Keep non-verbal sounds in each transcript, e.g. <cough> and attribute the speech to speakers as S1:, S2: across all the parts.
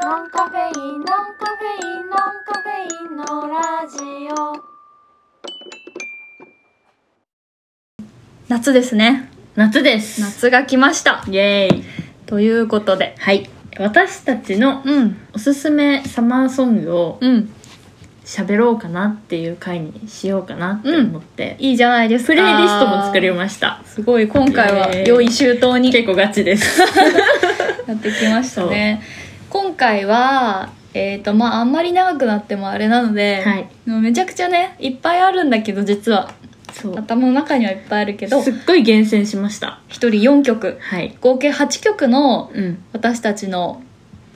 S1: ノンカフェインノンカフェインノンカフェインのラジオ
S2: 夏ですね
S3: 夏です
S2: 夏が来ました
S3: イエーイ
S2: ということで
S3: はい私たちの
S2: うん
S3: おすすめサマーソングを
S2: うん
S3: 喋ろうかなっていう回にしようかなって思って、
S2: いいじゃないですか
S3: プレイリストも作りました
S2: すごい今回は
S3: イエーイ
S2: 用意周到に
S3: 結構ガチです
S2: <laughs> やってきましたね今回はえっ、とまああんまり長くなってもあれなので、
S3: はい
S2: でもめちゃくちゃねいっぱいあるんだけど実は
S3: そう
S2: 頭の中にはいっぱいあるけど
S3: す
S2: 1
S3: っごい厳選しました
S2: 人4曲
S3: はい
S2: 合計8曲の
S3: うん
S2: 私たちの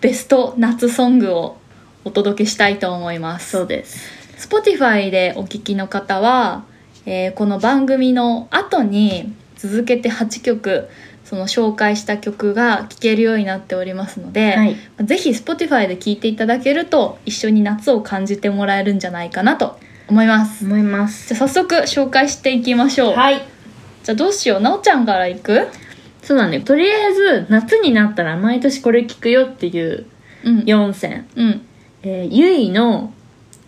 S2: ベスト夏ソングをお届けしたいと思います
S3: そうです、
S2: Spotify でお聞きの方は、えーこの番組の後に続けて8曲その紹介した曲が聴けるようになっておりますので、
S3: はい
S2: ぜひ Spotify で聴いていただけると一緒に夏を感じてもらえるんじゃないかなと思います、
S3: 思います
S2: じゃあ早速紹介していきましょう、
S3: はい
S2: じゃあどうしようなおちゃんからいく、
S3: そうなんだよとりあえず夏になったら毎年これ聞くよっていう
S2: うん、
S3: 4選、
S2: うん、
S3: えー、ゆいの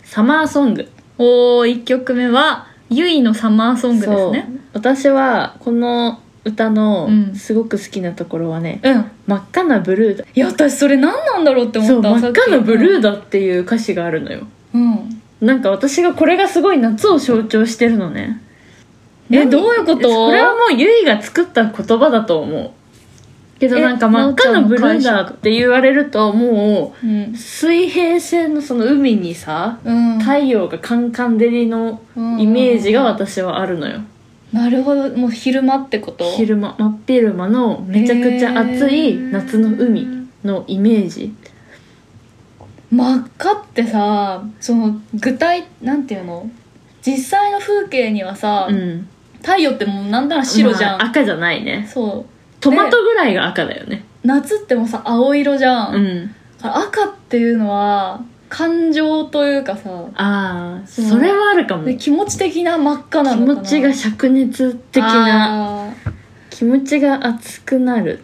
S3: サマーソング
S2: おー1曲目はゆいのサマーソングですね
S3: そう私はこの歌の
S2: うん
S3: すごく好きなところはね、
S2: うん
S3: 真っ赤なブルーだ
S2: いや私それ何なんだろうって思
S3: そう
S2: った
S3: 真っ赤なブルー
S2: だ
S3: だっていう歌詞があるのよ
S2: うん
S3: なんか私がこれがすごい夏を象徴してるのね
S2: え
S3: 何
S2: どういうこと
S3: これはもうゆいが作った言葉だと思うけど
S2: え
S3: なんか真っ赤なブルー
S2: な
S3: だ
S2: おちゃんの解釈
S3: って言われるとも
S2: うん
S3: う、水平線のその海にさ
S2: うん、
S3: 太陽がカンカン照りのイメージが私はあるのよ
S2: なるほどもう昼間ってこと
S3: 昼間真っ昼間のめちゃくちゃ暑い夏の海のイメージ
S2: 真っ赤ってさその具体なんていうの実際の風景にはさ、
S3: うん
S2: 太陽ってもうなんなら白じゃん、
S3: まあ赤じゃないね
S2: そう
S3: トマトぐらいが赤だよね
S2: 夏ってもさ青色じゃん、
S3: うん
S2: 赤っていうのは感情というかさ
S3: ああ
S2: そう
S3: それはあるかも
S2: で
S3: 気
S2: 気持ち的な真っ赤なのか
S3: 持
S2: な
S3: ちが灼熱的な
S2: あー
S3: 気持ちが熱くなる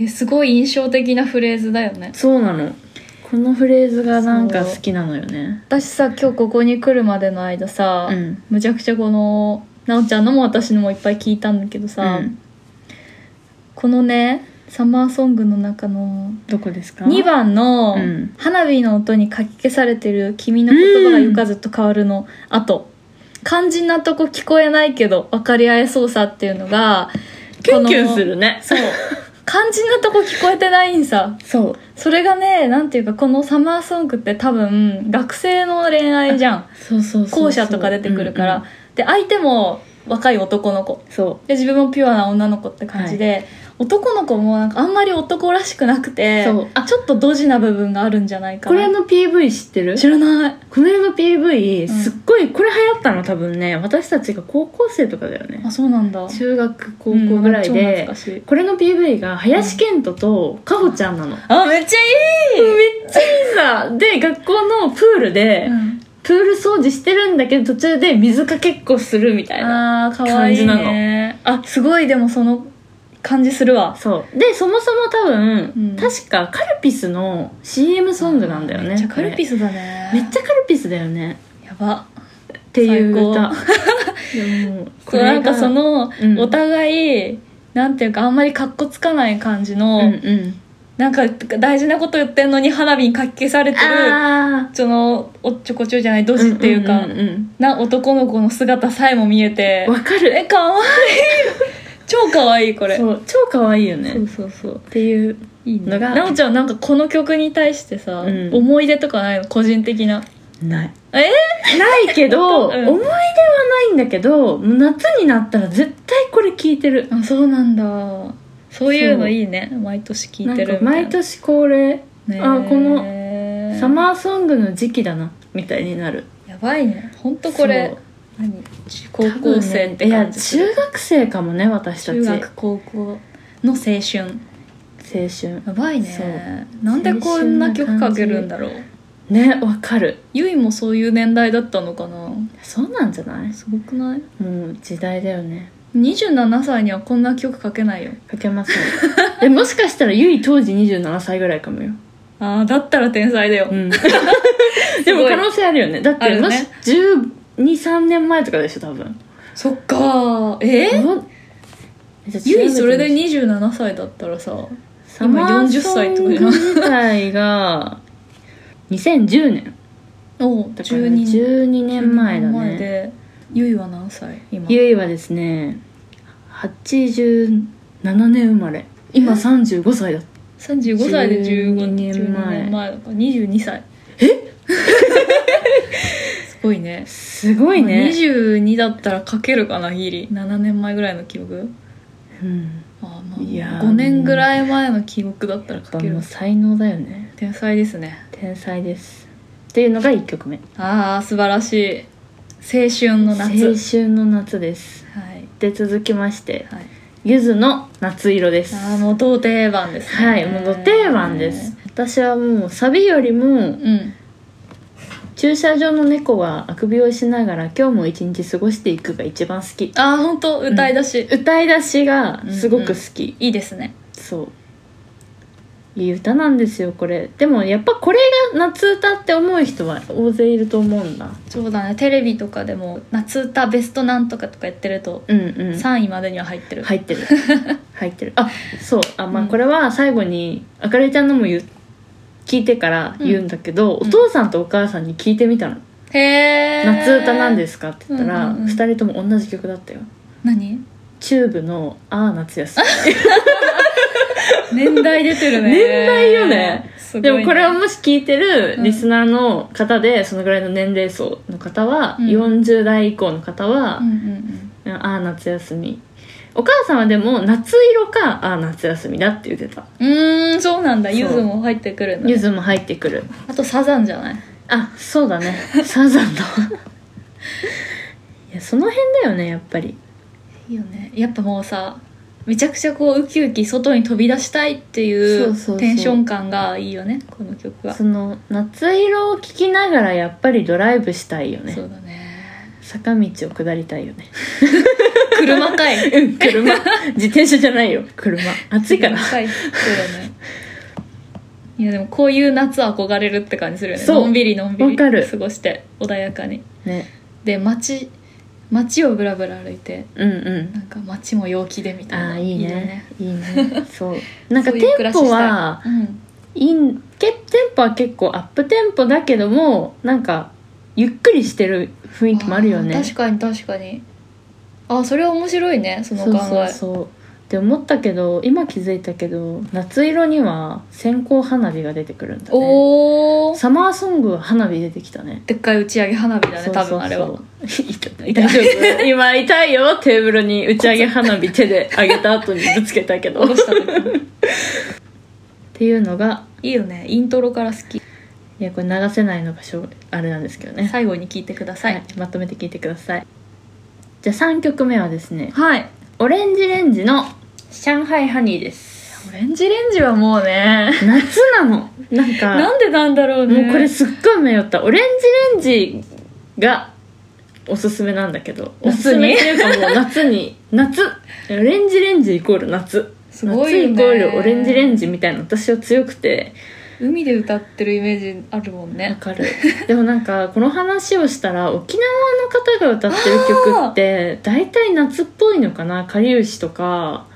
S2: えすごい印象的なフレーズだよね
S3: そうなのこのフレーズがなんか
S2: そう
S3: 好きなのよね
S2: 私さ今日ここに来るまでの間さ、
S3: うん
S2: むちゃくちゃこのなおちゃんのも私のもいっぱい聞いたんだけどさ、
S3: うん
S2: このねサマーソングの中の
S3: どこですか
S2: 2番の、
S3: うん
S2: 花火の音にかき消されてる君の言葉がゆかずっと変わるの後、肝心なとこ聞こえないけど分かり合えそうさっていうのが
S3: キュンキュンするね
S2: そう肝心なとこ聞こえてないんさ
S3: そう
S2: それがねなんていうかこのサマーソングって多分学生の恋愛じゃん
S3: そうそうそうそう
S2: 校舎とか出てくるから、
S3: うんうん
S2: で相手も若い男の子
S3: そ
S2: で自分もピュアな女の子って感じで、男の子もなんかあんまり男らしくなくて
S3: そうあ
S2: ちょっとドジな部分があるんじゃないか
S3: う
S2: な
S3: これの PV 知ってる
S2: 知らない
S3: この映の PV
S2: うん
S3: すっごいこれ流行ったの多分ね私たちが高校生とかだよね
S2: あそうなんだ
S3: 中学高校ぐらい
S2: うん超
S3: で
S2: 懐か、しい
S3: これの PV が林遣都とかほちゃんなの、
S2: あめっちゃいい
S3: めっちゃいいさで学校のプールで、
S2: うん
S3: プール掃除してるんだけど途中で水かけっこするみたいな
S2: あーかわいいねあすごいでもその感じするわ
S3: そうでそもそも多分、
S2: うん
S3: 確かカルピスの CM ソングなんだよね
S2: めっちゃカルピ
S3: ス
S2: スだね
S3: めっちゃカルピスだよね
S2: やば
S3: っていう歌
S2: 最
S3: <laughs> でも
S2: そうなんかその、
S3: うん
S2: お互いなんていうかあんまりかっこつかない感じ
S3: う
S2: の、
S3: んうん
S2: なんか大事なこと言ってんのに花火にかき消されてる
S3: あ
S2: そのおっちょこちょいじゃないド
S3: あ
S2: ジっていうか、
S3: んん
S2: な男の子の姿さえも見えて
S3: うんわかる
S2: えかわいい <laughs> 超かわいいこれ
S3: そう超可愛いよね
S2: そうそうそう
S3: っていう
S2: いいね
S3: のが
S2: なおちゃんなんかこの曲に対してさ、
S3: うん
S2: 思い出とかないの個人的な
S3: ない
S2: え
S3: ないけ
S2: 本 <laughs>
S3: ど、
S2: 当うん
S3: 思い出はないんだけどもう夏になったら絶対これ聞いてる
S2: あそうなんだそういうのいいね毎年聴いて
S3: な
S2: る
S3: んか毎年恒例
S2: みたいな
S3: あこの
S2: の
S3: サマーソングの時期だなみたいになる
S2: やばいねほんとこれ
S3: そう
S2: 何高校生って
S3: 多分ねいや
S2: 感じする
S3: 中学生かもね私たち
S2: 中学高校の青春
S3: 青春
S2: やばいねなんでこんな曲かけるんだろう
S3: ねわかる
S2: ゆいもそういう年代だったのかな
S3: そうなんじゃない
S2: すごくない
S3: もう時代だよね
S2: 27歳にはこんな曲書けないよ
S3: 書け
S2: <laughs>
S3: ませんえもしかしたらゆい当時27歳ぐらいかもよ、
S2: ああだったら天才だよ、 <laughs>
S3: うん、でも可能性あるよねだっ
S2: あ
S3: て
S2: る
S3: も
S2: ね
S3: し123年前とかでしょ多分
S2: そっかーえー
S3: もじゃあ
S2: ゆいそれで
S3: 調べてみて
S2: 27歳だったらさ
S3: サマー
S2: 今40歳とかじゃん
S3: ソング時代が2010年
S2: お
S3: だから12年前だ
S2: 前
S3: ね
S2: でゆいは何歳今
S3: ゆいはですね87年生まれ今35歳だっ
S2: 35歳で15
S3: 12年前
S2: 12だから22歳え <laughs> すごいね
S3: たすごい
S2: まあ
S3: ね、
S2: 22だったら書けるかなギリ7年前ぐらいの記憶
S3: うん、
S2: ああま
S3: いや
S2: あ
S3: ー
S2: 5年ぐらい前の記憶だったら
S3: やっ
S2: 書
S3: ぱ
S2: け
S3: も
S2: る
S3: う才能だよね
S2: 天才ですね
S3: 天才ですっていうのが1曲目
S2: ああ素晴らしい青春の
S3: 青
S2: 夏
S3: 春の夏です
S2: はい
S3: で続きまして
S2: はい
S3: ゆずの夏色です
S2: ああもう童定番ですね
S3: はいもうど定番です私はもうサビよりも
S2: うん
S3: 駐車場の猫はあくびをしながら今日も一日過ごしていくが一番好き
S2: ああ本当歌い出し、
S3: 歌い出しがすごく好き、
S2: いいですね
S3: そういい歌なんですよこれでもやっぱこれが夏歌って思う人は大勢いると思うんだ
S2: そうだねテレビとかでも夏歌ベストなんとかとかやってると
S3: うんうん
S2: 3位までには入ってる、<laughs>
S3: 入ってる入ってるあそうあま
S2: う
S3: あ
S2: ん
S3: これは最後にあかりちゃんのも言う聞いてから言うんだけど、
S2: うん
S3: お父さんとお母さんに聞いてみたの
S2: へえ
S3: 夏歌なんですすか?」って言ったら、
S2: うんうん
S3: 二
S2: うん
S3: 2人とも同じ曲だったよ
S2: 何
S3: チューブの「ああ夏休
S2: 年代出て <laughs> るね
S3: 年代よね
S2: すご
S3: み」
S2: い
S3: で
S2: ね
S3: もこれをもし聞いてる
S2: うん
S3: リスナーの方で、そのぐらいの年齢層の方は、
S2: うん
S3: 40代以降の方は
S2: うんうん
S3: 「ああ夏休み」お母さんはでも「夏色かああ夏休みだ」って言ってた
S2: うんうーんそうなんだ
S3: そう
S2: ゆずも入ってくるんだ、
S3: ゆ
S2: ね、
S3: ずも入ってくる
S2: あとサザンじゃない
S3: あそうだねサザンだいやその辺だよねやっぱり
S2: いいよねやっぱもうさめちゃくちゃこうウキウキ外に飛び出したいってい
S3: そう
S2: う
S3: そうそう
S2: テンション感がいいよねこの曲は
S3: その夏色を聴きながらやっぱりドライブしたいよね
S2: そうだね
S3: 坂道を下りたいよね
S2: 車かい
S3: うん車自転車じゃないよ車暑いから
S2: 車いそうだね <laughs> いやでもこういう夏憧れるって感じするよね
S3: そう
S2: のんびりのんびり
S3: わかる
S2: 過ごして穏やかに
S3: ね
S2: で街街をぶらぶら歩いて
S3: うん
S2: な
S3: うん
S2: か街も陽気でみ
S3: ん
S2: たい
S3: あ
S2: な
S3: あいい
S2: よ
S3: ねいいねそうなんか
S2: そ
S3: テ
S2: ういう暮ら
S3: ン
S2: ししたい
S3: ポは
S2: うん
S3: いいんけテンポは結構アップテンポだけどもなんかゆっくりしてる雰囲気もあるよね
S2: ー確かに確かにあーそれは面白いねその考え
S3: そうそうそうって思ったけど今気づいたけど夏色には線香花火が出てくるんだね
S2: おお
S3: サマーソングは花火出てきたね
S2: でっかい打ち上げ花火だね多分あれは
S3: そうそうそう <laughs> 痛い大丈夫今痛いよテーブルに打ち上げ花火手で上げた後にぶつけたけどっ
S2: 起 <laughs> こした時に
S3: ていうのが
S2: いいよねイントロから好き
S3: いやこれ流せないのがしょうあれなんですけどね
S2: 最後に聞いてください
S3: まとめて聞いてくださいじゃあ3曲目はですね
S2: はい
S3: オレンジレンジの「上海ハニ
S2: <laughs>
S3: ー」です
S2: オレンジレンジはもうね
S3: 夏なのなんか
S2: なんでなんだろうね
S3: もうこれすっごい迷ったオレンジレンジがおすすめなんだけどおすす
S2: 夏に
S3: めっていうかもう夏に夏オレンジレンジイコール夏
S2: すごいよね
S3: 夏イコールオレンジレンジみたいな私は強くて
S2: 海で歌ってるイメージあるもん
S3: わ
S2: ね
S3: かるでもなんかこの話をしたら沖縄の方が歌ってる曲って大体夏っぽいのかなかりゆしとか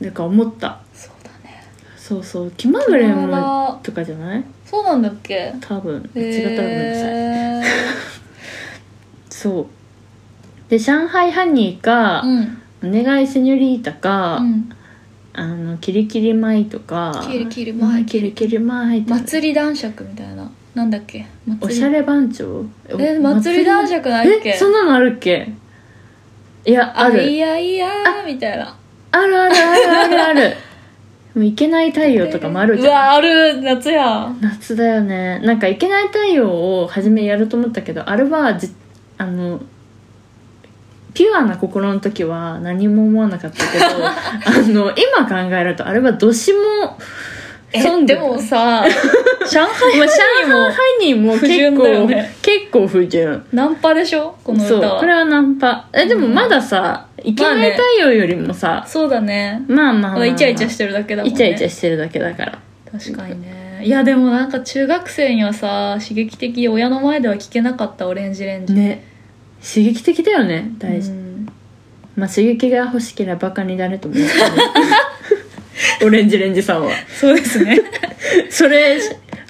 S3: なんか思った
S2: そうだね
S3: そうそう気まぐれ
S2: あ
S3: も
S2: ら
S3: とかじゃない
S2: そうなんだっけ
S3: 多分違ったらごめん
S2: へ
S3: なさいそうで「上海ハニー」か <laughs>
S2: ーうん
S3: 「お願いセニョリータか」
S2: うん
S3: あのキリキリ舞」とか
S2: キリキリ舞
S3: キリキリ舞」とか
S2: 祭り男爵みたいななんだっけ祭り
S3: おしゃれ番長
S2: え祭り男爵ないっけ
S3: えそんなのあるっけいやあ
S2: あい
S3: る
S2: やいやーみたいな
S3: あるあるあるあるある
S2: <laughs>
S3: でもいけない太陽とかもある
S2: う
S3: じゃん
S2: わある夏やん
S3: 夏だよねなんか「いけない太陽」を初めやると思ったけどあれはじあのピュアな心の時は何も思わなかっ
S2: <laughs>
S3: たけどあの今考えるとあれはどしも
S2: え
S3: ソング <laughs>
S2: でもさ上海
S3: まあ、シャイもハニーも
S2: 不
S3: 結
S2: 純だよ
S3: 構、
S2: ね
S3: 結構不純
S2: ナンパでしょこの
S3: そう
S2: 歌は
S3: これはナンパえでもまださ、イケメン太陽よりもさ、
S2: そうだね、
S3: まあまあまあ、
S2: イチャイチャしてるだけだもん
S3: イ
S2: ね
S3: チャイチャしてるだけだから
S2: 確かにねいやでもなんか中学生にはさ刺激的親の前では聞けなかったオレンジレンジ、
S3: ね刺激的だよね
S2: う
S3: 大事、
S2: ん、
S3: まあ刺激が欲しければバカになると思うけどオレンジレンジさんは
S2: そうです
S3: <laughs>
S2: ね
S3: それ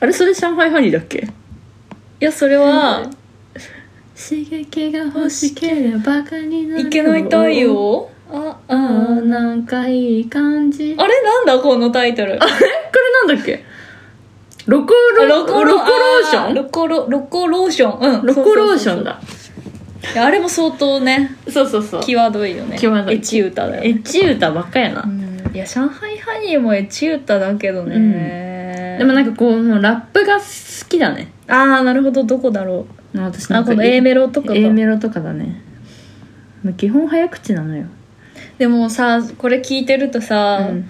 S3: あれそれ上海ハニーだっけ
S2: いやそれは
S3: 刺激が欲しければバカになる
S2: いけない太陽ああ
S3: あー
S2: ー
S3: なんかいい感じ
S2: あれなんだこのタイトル
S3: これなんだっけロコロ
S2: ロコロ
S3: ロコローショ
S2: あ
S3: ン
S2: ロコロロコローションうん
S3: ロコローションだ
S2: そうそうそうそういやあれも相当ね
S3: そうそうそう
S2: 際どいよね
S3: 際どい
S2: エチ歌だよ
S3: エ
S2: ね
S3: ッチ歌ばっかやな、
S2: うんいや上海ハニーもエチ歌だけどね、
S3: でもなんかこうもうラップが好きだね
S2: ああなるほどどこだろ
S3: 私
S2: う
S3: な
S2: あ
S3: んか
S2: この A メロとかか
S3: A メロとかだねもう基本早口なのよ、
S2: でもさこれ聞いてるとさ、
S3: うん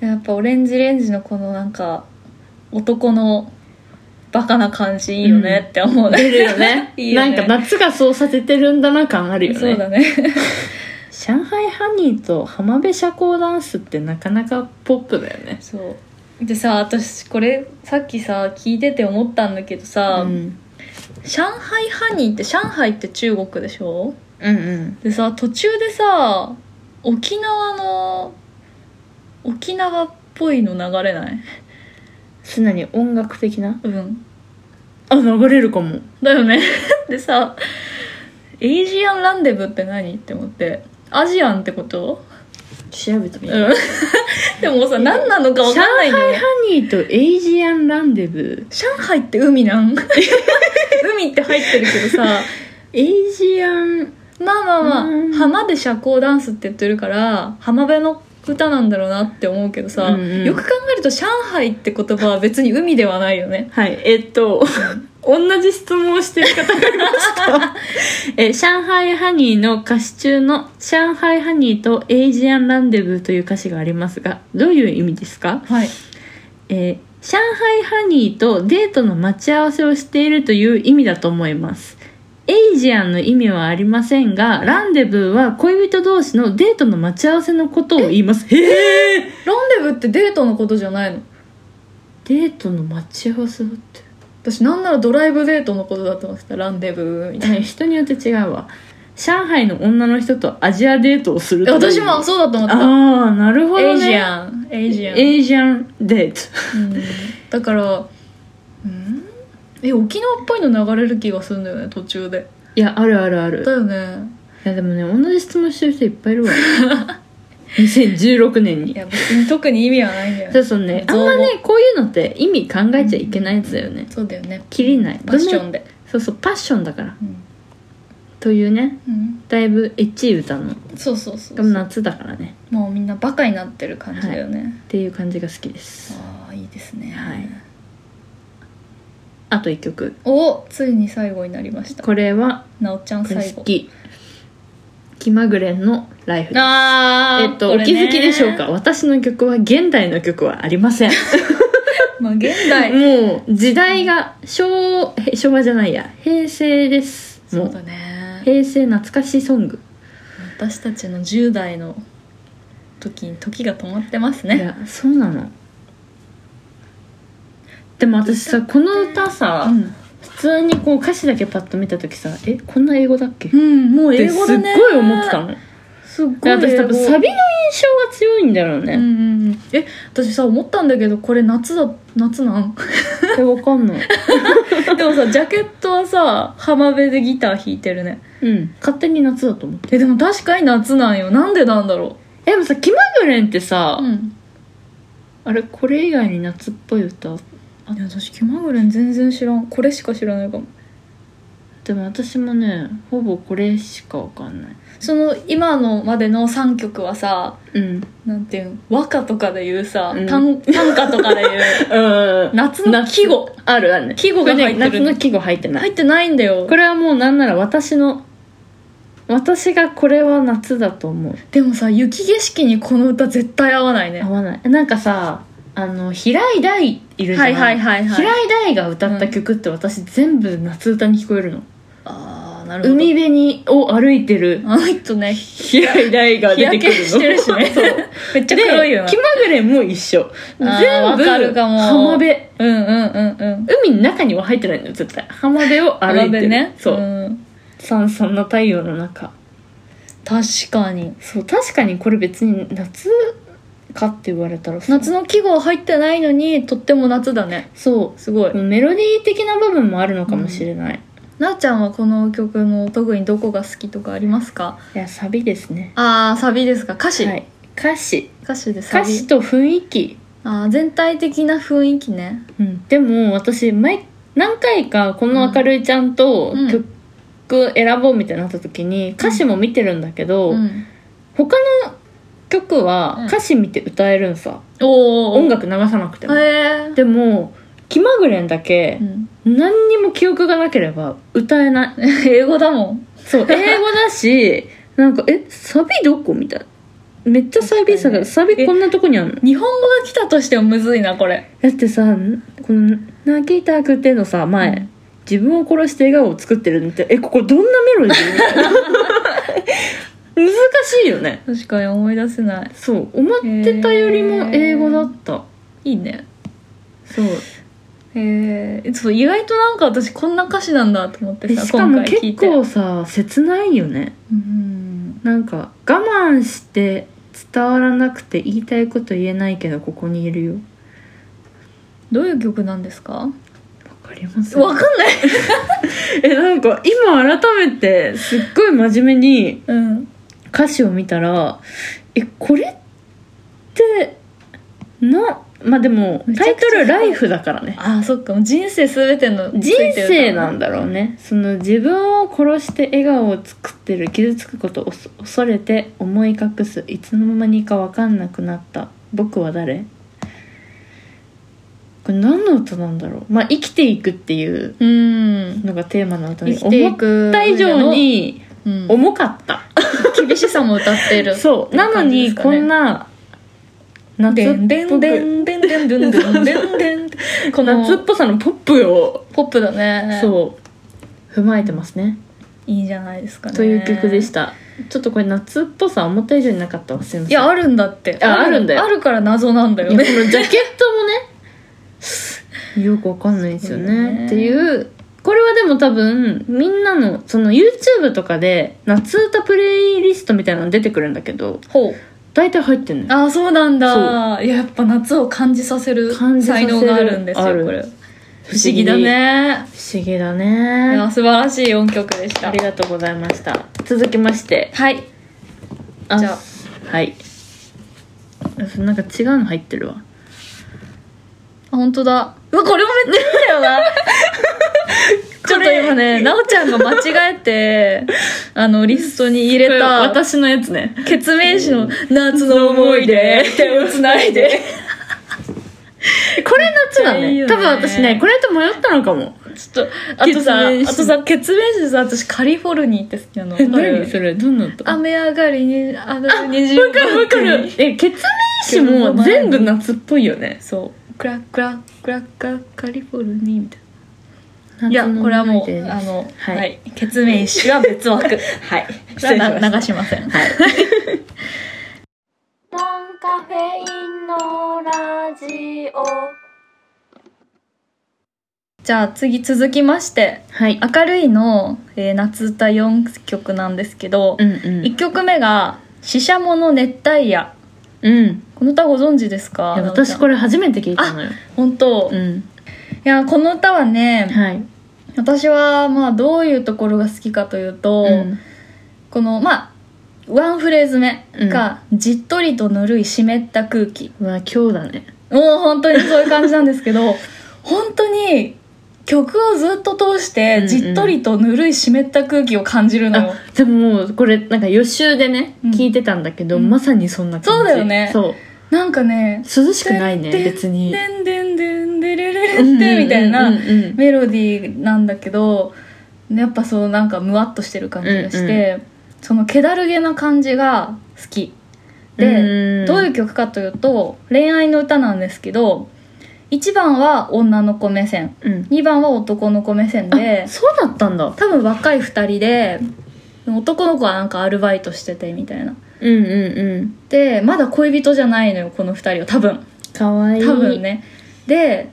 S2: やっぱオレンジレンジのこのなんか男のバカな感じいいよねって思うね、
S3: 出るよね
S2: <laughs> いいよね
S3: なんか夏がそうさせてるんだな感あるよね
S2: そうだね <laughs>
S3: 上海ハニーと浜辺社交ダンスってなかなかポップだよね
S2: そうでさ私これさっきさ聞いてて思ったんだけどさ、
S3: うん、
S2: 上海ハニーって上海って中国でしょ
S3: うんうん
S2: でさ途中でさ沖縄の沖縄っぽいの流れない
S3: すなに音楽的な
S2: うん
S3: あ流れるかも
S2: だよね <laughs> でさ「エイジアンランデブって何?」って思ってアジアンってこと
S3: 調べてみよう
S2: うん <laughs> でもさ何なのか分かんないんだよね
S3: ハニーとエイジアンランデブ
S2: 上海って <laughs> 海なん海って入ってるけどさ
S3: ーエイジアン
S2: まあまあまあ
S3: うん
S2: 浜で社交ダンスって言ってるから浜辺の歌なんだろうなって思うけどさ、
S3: うんうん
S2: よく考えると上海って言葉は別に海ではないよね
S3: はいえっと <laughs> 同じ質問をしてる方がいました <laughs> え上海ハニーの歌詞中の「上海ハニーとエイジアンランデブー」という歌詞がありますがどういう意味ですか
S2: はい
S3: えー上海ハニーとデートの待ち合わせをしているという意味だと思います。エイジアンの意味はありませんが、ランデブーは恋人同士のデートの待ち合わせのことを言います。へえ
S2: ランデブってデートのことじゃないの
S3: デートの待ち合わせだって。
S2: 私なんならドライブデートのことだと思ってたランデブーみたい
S3: はい人によって違うわ。上海の女の人とアジアデートをする
S2: な
S3: という
S2: 私もそうだと思ってた
S3: ああ、なるほど、ね。
S2: エイジアンエイジアン、
S3: エイジアンデート。
S2: うんだからうんえ沖縄っぽいの流れる気がするんだよね途中で
S3: いや、あるあるある
S2: だ。よね
S3: いや、でもね、同じ質問してる人いっぱいい <laughs> るわ。2016年に
S2: い。や別に特に意味はないんだよ
S3: そ
S2: ね
S3: うそうねあん
S2: 造語
S3: まねこういうのって意味考えちゃいけないやつだよね
S2: そうだよね
S3: 切りない
S2: パッションで
S3: そうそうパッションだから
S2: うん、
S3: というね
S2: うん
S3: だいぶエッチい歌の
S2: そうそうそう
S3: でも夏だからね
S2: もうみんなバカになってる感じだよね、
S3: っていう感じが好きです
S2: ああいいですね
S3: はいあと一曲
S2: おついに最後になりました
S3: これは
S2: なおちゃん
S3: これ
S2: 最
S3: 好
S2: 後
S3: き気まぐれんの「ライフです」
S2: あ
S3: え
S2: ー
S3: っと、
S2: こ
S3: お
S2: れ
S3: 気
S2: ね
S3: づきでしょうか私の曲は現代の曲はありません
S2: まあ現代
S3: もう時代が昭へ昭和じゃないや平成です
S2: そ
S3: も
S2: う
S3: う
S2: だね
S3: 平成懐かしソング
S2: 私たちの10代の時に時が止まってます
S3: い
S2: ね
S3: やそうなのでも私さこの歌さ、
S2: うん、
S3: 普通にこう歌詞だけパッと見た時さえこんな英語だっけっ
S2: もう
S3: て
S2: 英語
S3: す
S2: だ
S3: っ
S2: ね
S3: ごい思ってたの
S2: すっごい
S3: で私多分サビの印象が強いんだろう
S2: うん
S3: ね、
S2: うんうんえ私さ思ったんだけどこれ夏だ夏なん <laughs>
S3: えわかんない
S2: でもさジャケットはさ浜辺でギター弾いてるね
S3: うん勝手に夏だと思って
S2: えでも確かに夏なんよなんでなんだろ
S3: えでもさ「気まぐれん」って
S2: う
S3: さ、
S2: ん
S3: あれこれ以外に夏っぽい歌
S2: あいや私気まぐれん全然知らんこれしか知らないかも
S3: でも私もねほぼこれしかわかんない
S2: その今のまでの3曲はさ
S3: うん
S2: なんていうん和歌とかで言うさ、
S3: うん
S2: 短短歌とかで
S3: <laughs>
S2: 言う
S3: うん
S2: 夏の季語
S3: あるあるね
S2: 季語が入ってるね
S3: これね夏の季語入ってない
S2: 入ってないんだよ
S3: これはもうなんなら私の私がこれは夏だと思う
S2: でもさ雪景色にこの歌絶対合わないね
S3: 合わないなんかさあの平井大いるじゃない,、
S2: はいはいはいはい
S3: 平井大が歌った曲って私全部夏歌に聞こえるの、
S2: ああなるほど
S3: 海辺にを歩いてる
S2: あーえっとね
S3: 平井大が
S2: 日
S3: 出
S2: 焼
S3: てくる
S2: け
S3: の
S2: してるしね
S3: <laughs> そう
S2: めっちゃ黒いよ
S3: で
S2: な
S3: 気まぐれも一緒
S2: あー
S3: 全部
S2: わかるかも
S3: 浜辺
S2: うんうんうんうん
S3: 海の中には入ってないのよ絶対浜辺を歩いて
S2: 並べ
S3: る
S2: ね
S3: そう、
S2: ん
S3: さんさんな太陽の中
S2: 確かに
S3: そう確かにこれ別に夏かって言われたら
S2: 夏の季語入ってないのにとっても夏だね
S3: そ
S2: すごいう
S3: メロディー的な部分もあるのかもしれない、
S2: なっちゃんはこの曲の特にどこが好きとかありますか
S3: いやサビですね
S2: ああサビですか歌詞、
S3: はい歌詞
S2: 歌詞でサ
S3: 歌
S2: ビ
S3: 詞と雰囲気、
S2: あー全体的な雰囲気ね
S3: うん、でも私毎何回かこの明るいちゃんと
S2: うん
S3: 曲選ぼうみたいになった時に歌詞も見てるんだけど、
S2: うん
S3: 他の曲
S2: うん
S3: は歌詞見て歌えるんさ、
S2: お
S3: 音楽流さなくても、
S2: へえ
S3: でも気まぐれんだけ
S2: うん
S3: 何にも記憶がなければ歌えない
S2: <laughs> 英語だもん
S3: そう英語だしなんかえサビどこみたいなめっちゃサビ
S2: 確
S3: さ
S2: かにね
S3: がサビこんなとこにあんの
S2: 日本語が来たとしてもむずいなこれ
S3: だってさこの「泣きたくて」のさ前、
S2: うん
S3: 自分を殺して笑顔を作ってるのってえここどんなメロディーみた
S2: <laughs>
S3: いな難しいよね
S2: 確かに思い出せない
S3: そう思ってたよりも英語だった
S2: いいね
S3: そう
S2: へえそう意外となんか私こんな歌詞なんだと思って
S3: で
S2: さ
S3: しかも
S2: 今回聞い
S3: 結
S2: て
S3: 構さ切ないよね
S2: うん
S3: なんか我慢して伝わらなくて言いたいこと言えないけどここにいるよ
S2: どういう曲なんですか
S3: わかります
S2: わかんない
S3: <laughs> えなんか今改めてすっごい真面目に
S2: うん
S3: 歌詞を見たらえこれってなまあでも
S2: めちゃくち
S3: タ
S2: ゃ
S3: イトル「ライフ」だからね
S2: あーそっかもう人生すべての
S3: 人生なん
S2: だ
S3: だろうねその自分を殺して笑顔を作ってる傷つくことを恐恐れて思い隠すいつの間にか分かんなくなった僕は誰これ何の歌なんだろうまあ生きていくっていう
S2: うん
S3: のがテーマの歌
S2: 生
S3: に
S2: きてい
S3: 思っ
S2: く
S3: た以上に
S2: うん
S3: 重かった、
S2: 厳しさも歌ってる
S3: そうなのにこん
S2: な
S3: な夏
S2: で
S3: っ
S2: んで
S3: ぽ
S2: んで
S3: く
S2: んでんでんでんでんでんでん
S3: <laughs>
S2: ってこの
S3: 夏っぽさのポップを
S2: ポップだね
S3: そう踏まえてますね
S2: いいじゃないですかね
S3: という曲でしたちょっとこれ夏っぽさ思った以上になかったわすいません
S2: いやあるんだって
S3: ああるんだよ
S2: あるから謎なんだよ
S3: いや
S2: ね
S3: このジャケット
S2: <laughs>
S3: もねよくわかんないんですよ
S2: そう
S3: ね
S2: ね
S3: っていうこれはでも多分みんなのその YouTube とかで夏歌プレイリストみたいなの出てくるんだけど
S2: ほう
S3: 大体入ってんのよ
S2: ああそうなん
S3: そ
S2: だいややっぱ夏を感じさせる
S3: 感じさせ
S2: 才
S3: る
S2: 能があるんです
S3: あ
S2: よ
S3: る
S2: これ不思議だね
S3: 不思議だ
S2: い
S3: ね
S2: や素晴らしい4曲でし
S3: あ
S2: た
S3: りがとうございました続きまして
S2: はい
S3: あ
S2: じゃ
S3: はいあなんか違うの入ってるわ
S2: あ本当だうわこれもめっちゃいいんだよな <laughs> ちょっと今ねなおちゃんが間違え <laughs> てあのリストに入れた
S3: 私のやつね
S2: 決命詞の「夏の思い出」手をつないで <laughs>
S3: これ夏だ
S2: めっちゃ
S3: ね
S2: いいよね
S3: 多分私ねこれと迷ったのかも
S2: ちょっとあとさ
S3: 決命
S2: あ
S3: 詞
S2: とさ決命詞でさ私カリフォルニーって好きなのわかる
S3: れどんな歌
S2: 雨上がりにあの虹
S3: わかるわかるえ決命詞も全部夏っぽいよね
S2: そうクラクラクラクラカリフォルニーみたいないやこれはもう
S3: <laughs>
S2: あの
S3: は
S2: はいい、決命詞は別枠はい
S3: 失礼しまし
S2: <laughs>
S3: た
S2: な流しません
S1: ノンカフェインのラジオ
S2: じゃあ次続きまして
S3: はい
S2: 明るいの、えー夏歌4曲なんですけど、
S3: うんうん
S2: 一1曲目が「ししゃもの熱帯夜
S3: うんい」
S2: この歌ご存知ですか
S3: や私こ
S2: れ
S3: れ初めて聞いたのよ
S2: 本当、い
S3: ん
S2: やこの歌はね、
S3: はい
S2: 私はまあどういうところが好きかというと、
S3: うん
S2: このまあワンフレーズ目が「じっとりとぬるい湿った空気
S3: うわ今日だね」
S2: もう本当にそういう感じなんですけ
S3: <laughs>
S2: ど本当に曲をずっと通し
S3: う
S2: て
S3: んうん
S2: じっとりとぬるい湿った空気を感じるのよ、
S3: あでももうこれなんか予習でね、
S2: うん
S3: 聞いてたんだけど、
S2: うん
S3: まさにそんな感じ
S2: そうだよね
S3: そう
S2: なんかね
S3: 涼しくないね
S2: てんてん
S3: 別に
S2: でんでんでんでれれれんってみたい
S3: うんう
S2: なん
S3: うん
S2: メロディーなんだけどやっぱそうなんかムワッとしてる感じがして、その気だるげな感じが好きで、
S3: うん
S2: どういいう曲かというと恋愛の歌なんですけど1番は女の子目線
S3: うん
S2: 2番は男の子目線で
S3: あそうだったんだ
S2: 多分若い2人で男の子はなんかアルバイトしててみたいな
S3: うんうんうん
S2: でまだ恋人じゃないのよこの2人は多分
S3: かわいい
S2: 多分ねで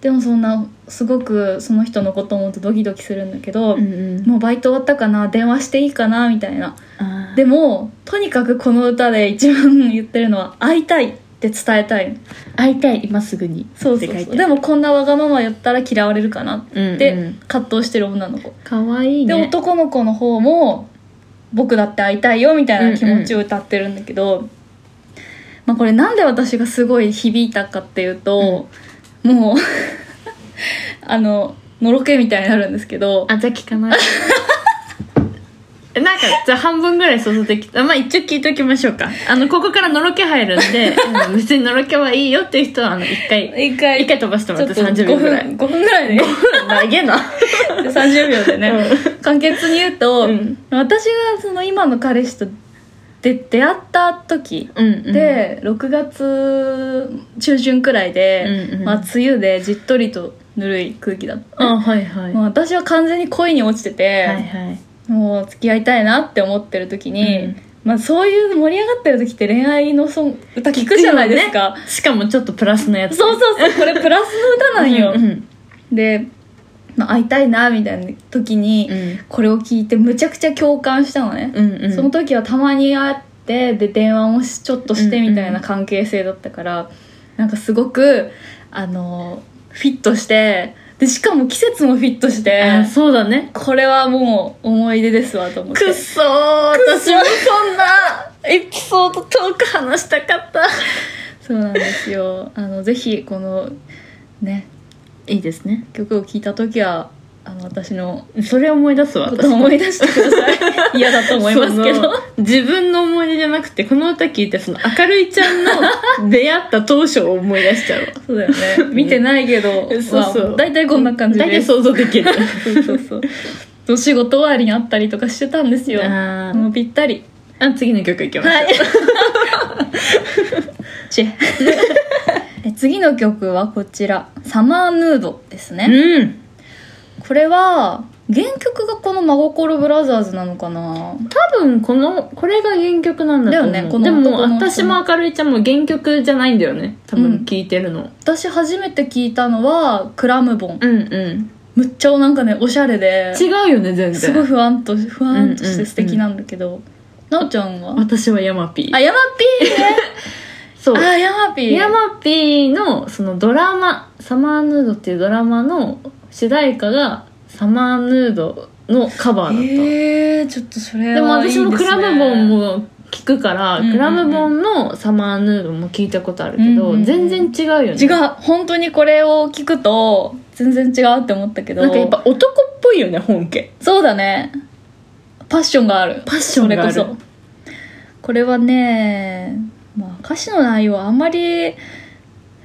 S2: でもそんなすごくその人のことを思うとドキドキするんだけど、
S3: うんうん
S2: もうバイト終わったかな電話していいかなみたいな
S3: あー
S2: でもとにかくこの歌で一番言ってるのは「会いたい」って伝えたい
S3: 会いたい今すぐに
S2: そう
S3: って
S2: そう
S3: 書い
S2: そう
S3: て
S2: で
S3: ある
S2: もこんなわがまま言ったら嫌われるかなっ
S3: うんう
S2: て
S3: ん
S2: 葛藤してる女の子、
S3: かわいい
S2: で
S3: ね
S2: 男の子の方も「僕だって会いたいよ」みたいな気持ちを歌ってるんだけど、まあ、これなんで私がすごい響いたかっていうと、もう <laughs> あののろけみたいになるんですけど
S3: あじゃあ聞かない <laughs> なんかじゃあ半分ぐらい想像できたまあ一応聞いておきましょうかあのここからのろけ入るん
S2: <laughs>
S3: であの別にのろけはいいよっていう人はあの一回
S2: 一回
S3: 一回飛ばしても
S2: ちょ
S3: らっ
S2: ってと
S3: 30
S2: 5
S3: 秒
S2: 分
S3: ぐらい
S2: 5分ぐらいで
S3: 投げな
S2: 30秒でね、簡潔に言うと、
S3: うん
S2: 私がその今の彼氏とで出会った時
S3: うんうん
S2: で、6月中旬くらいで、
S3: うんうん
S2: まあ、梅雨でじっとりとぬるい空気だった、
S3: あはいはい
S2: もう私は完全に恋に落ちてて、
S3: はいはい
S2: もう付き合いたいなって思ってる時に、
S3: うん
S2: まあ、そういう盛り上がってる時って恋愛のそん歌聞くじゃないですか、
S3: しかもちょっとプラスのやつ
S2: そうそうそうこれプラスの歌なんよ、
S3: うんうん
S2: で、まあ、会いたいなみたいな時に、
S3: うん
S2: これを聞いてむちゃくちゃ共感したのね、
S3: うんうん
S2: その時はたまに会ってで電話もしちょっとしてみたいな関係性だったから、なんかすごくあのフィットしてでしかも季節もフィットして
S3: あそうだね
S2: これはもう思い出ですわと思って
S3: くっそー <laughs> 私もそんなエピソードトーク話したかった
S2: そうなんですよあのぜひこのね
S3: いいですね
S2: 曲を聴いた時はあの私の
S3: それ思い出すわ
S2: ことを思い出してくだ
S3: <laughs>
S2: さい嫌だと思いますけ
S3: その
S2: ど
S3: 自分の思い出じゃなくてこの歌聞いてその明るいちゃんの <laughs> 出会った当初を思い出しちゃうわ
S2: そうだよね見てないけど、
S3: うんそうそう
S2: まあ大体こんな感じで
S3: 大体想像でき <laughs> る
S2: そうそうそうお仕事終わりに会ったりとかしてたんですよ
S3: あ
S2: もうぴったり
S3: ーあ次の曲いきましょう、
S2: はいチェ <laughs> え次の曲はこちら「サマーヌード」ですね
S3: うん
S2: これは原曲がこの「真心ブラザーズ」なのかな
S3: 多分このこれが原曲なんだと思う
S2: だよねこの
S3: でも
S2: 男の
S3: 私も明るいちゃんも原曲じゃないんだよね多分聞いてるの、
S2: 私初めて聞いたのは「クラムボン
S3: うん、うん」
S2: むっちゃなんかねおしゃれで
S3: 違うよね全然
S2: すごい不安と不安と
S3: うん
S2: し
S3: うんうん
S2: て素敵なんだけど、なおちゃんは
S3: 私はヤマピー
S2: あヤマピーね
S3: そう
S2: あヤマピー
S3: ヤマピーのそのドラマ「サマーヌード」っていうドラマの主題歌が「サマーヌード」のカバーだった、
S2: えー、ちょっとそれ
S3: でも
S2: はいい
S3: 私
S2: すね
S3: もクラムボンも聞くか
S2: うん
S3: ら、
S2: うんうん
S3: クラムボンの「サマーヌード」も聞いたことあるけ
S2: う
S3: ど、
S2: んうんうん
S3: 全然違うよね
S2: 違う本当にこれを聞くと全然違うって思ったけど
S3: なんかやっぱ男っぽいよね本家
S2: そうだねパッションがある
S3: パッションがある
S2: それこそこれはねまあ歌詞の内容はあんまりい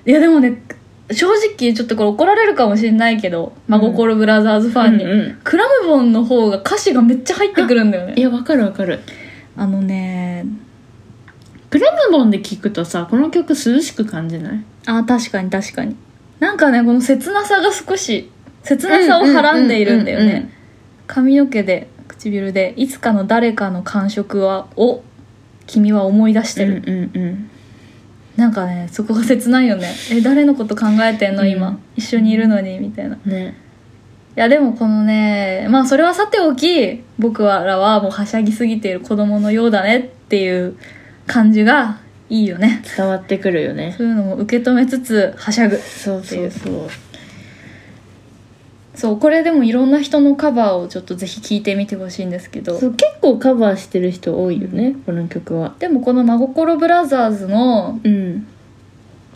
S2: やでもね正直ちょっとこれ怒られるかもしれないけど「真心ブラザーズ」ファンに、
S3: うんうん
S2: クラムボンの方が歌詞がめっちゃ入ってくるんだよ
S3: い
S2: ね
S3: やわかるわかる
S2: あのね
S3: クラムボンで聞くとさこの曲涼しく感じない
S2: あ確かに確かになんかねこの切なさが少し切なさをはらんでいるんだよ
S3: うんうんうんうん
S2: ね髪の毛で唇でいつかの誰かの感触はを君は思い出してる、
S3: うんうん
S2: なんかねそこが切ないよねえ誰のこと考えてんの今、
S3: うん
S2: 一緒にいるのにみたいない
S3: うんね
S2: やでもこのねまあそれはさておき僕らはもうはしゃぎすぎている子供のようだねっていう感じがいいよね
S3: 伝わってくるよね
S2: そういうのも受け止めつつはしゃぐ
S3: そうそうそう
S2: そうこれでもいろんな人のカバーをちょっとぜひ聴いてみてほしいんですけど
S3: そう結構カバーしてる人多いよね、この曲は
S2: でもこの「真心ブラザーズ」の
S3: うん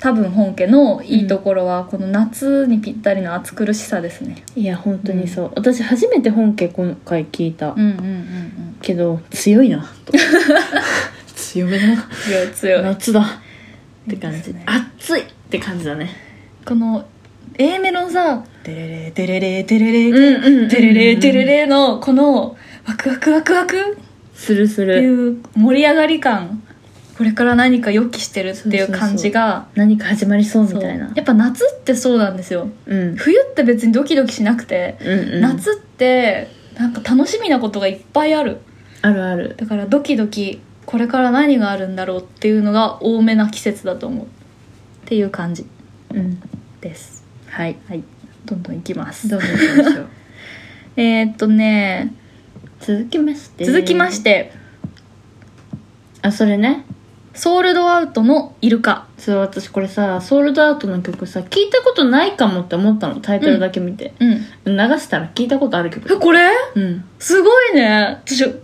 S2: 多分本家のいいところは、この夏にぴったりの暑苦しさですね
S3: いや本当にそう、私初めて本家今回聞いた、
S2: うんうんうんうん
S3: けど強いな <laughs> 強めだな
S2: 強い強い
S3: <laughs> 夏だって感
S2: いいです
S3: じ
S2: ね
S3: 暑いって感じだね
S2: この A メロのさ「デレレデレレデレレ」
S3: うん
S2: デレレデレレのこのワクワクワクワクっ
S3: するす
S2: てい
S3: る
S2: う盛り上がり感これから何か予期してるっていう感じが
S3: 何か始まりそうみ
S2: そう
S3: たいな
S2: やっぱ夏ってそうなんですよ
S3: うん
S2: 冬って別にドキドキしなくて、
S3: うんうん
S2: 夏ってなんか楽しみなことがいっぱいある
S3: あるある
S2: だからドキドキこれから何があるんだろうっていうのが多めな季節だと思うっていう感じ
S3: うん
S2: です
S3: はい
S2: はいどんどんいきます
S3: どうぞ行きましょう
S2: えーっとね
S3: <laughs> 続きまして
S2: 続きまして
S3: あそれね
S2: ソールドアウトのイルカ
S3: そう私これさソールドアウトの曲さ聞いたことないかもって思ったのタイトルだけ見て、
S2: うん
S3: 流したら聞いたことある曲
S2: えこれ
S3: うん
S2: すごいね私もう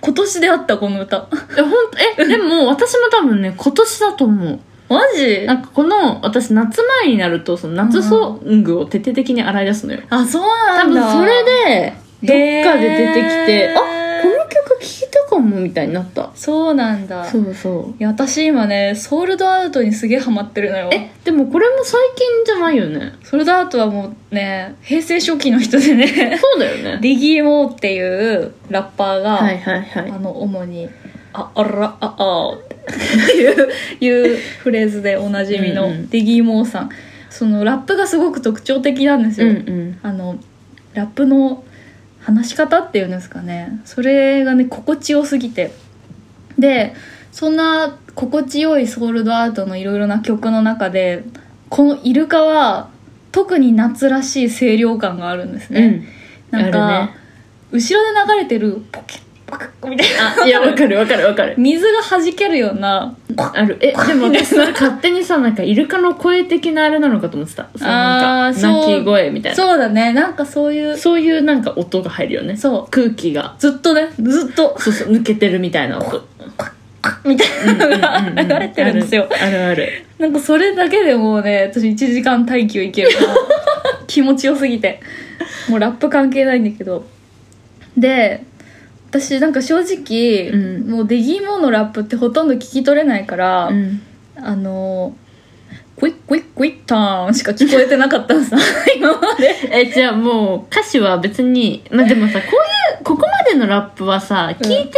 S2: 今年であったこの歌 <laughs>
S3: えほんとえでも私も多分ね今年だと思う
S2: マジ
S3: なんかこの私夏前になるとその夏ソングを徹底的に洗い出すのよ、
S2: あそう
S3: 多
S2: なんだ
S3: 分それでどっかで出てきて、
S2: へー
S3: あこの曲聴いたかもみたいになった
S2: そうなんだ
S3: そうそう
S2: いや私今ねソールドアウトにすげえハマってるのよ
S3: えでもこれも最近じゃないよね
S2: ソールドアウトはもうね平成初期の人で
S3: <laughs>
S2: ね
S3: そうだよね
S2: ディギー・モーっていうラッパーが、
S3: はいはいはい
S2: あの主に「ああらああ」っていういうフレーズでおなじみ
S3: う
S2: の
S3: んうん
S2: ディギー・モーさんそのラップがすごく特徴的なんです
S3: う
S2: よ、
S3: んうん
S2: あのラップの話し方っていうんですかねそれがね心地よすぎてでそんな心地よいソールドアウトのいろいろな曲の中でこの「イルカ」は特に夏らしい清涼感があるんですね、
S3: うん
S2: なん
S3: あ
S2: か、
S3: るね
S2: 後ろで流れてるポケッポケッみたい
S3: <laughs>
S2: な
S3: あいやわかるわかるわかる
S2: 水が弾けるような
S3: あるえでも私それ勝手にさなんかイルカの声的なあれなのかと思ってたそうなんか
S2: あーそう
S3: 鳴き声みたいな
S2: そうだねなんかそういう
S3: そういうなんか音が入るよね
S2: そう
S3: 空気が
S2: ずっとねずっと
S3: そうそう抜けてるみたいな音
S2: みたいなのが流れてるんですよ、
S3: あるある
S2: なんかそれだけでもうね私1時間耐久いけるから
S3: <laughs>
S2: 気持ちよすぎてもうラップ関係ないんだけどで私なんか正直、
S3: うん
S2: もうデギーモーのラップってほとんど聞き取れないから、
S3: あるうん
S2: あのクイックイックイッターンしか聞こえてなかった
S3: <laughs>
S2: のさ今まで
S3: えじゃあもう歌詞は別にまあでもさこういうここまでのラップはさ聞いてるよ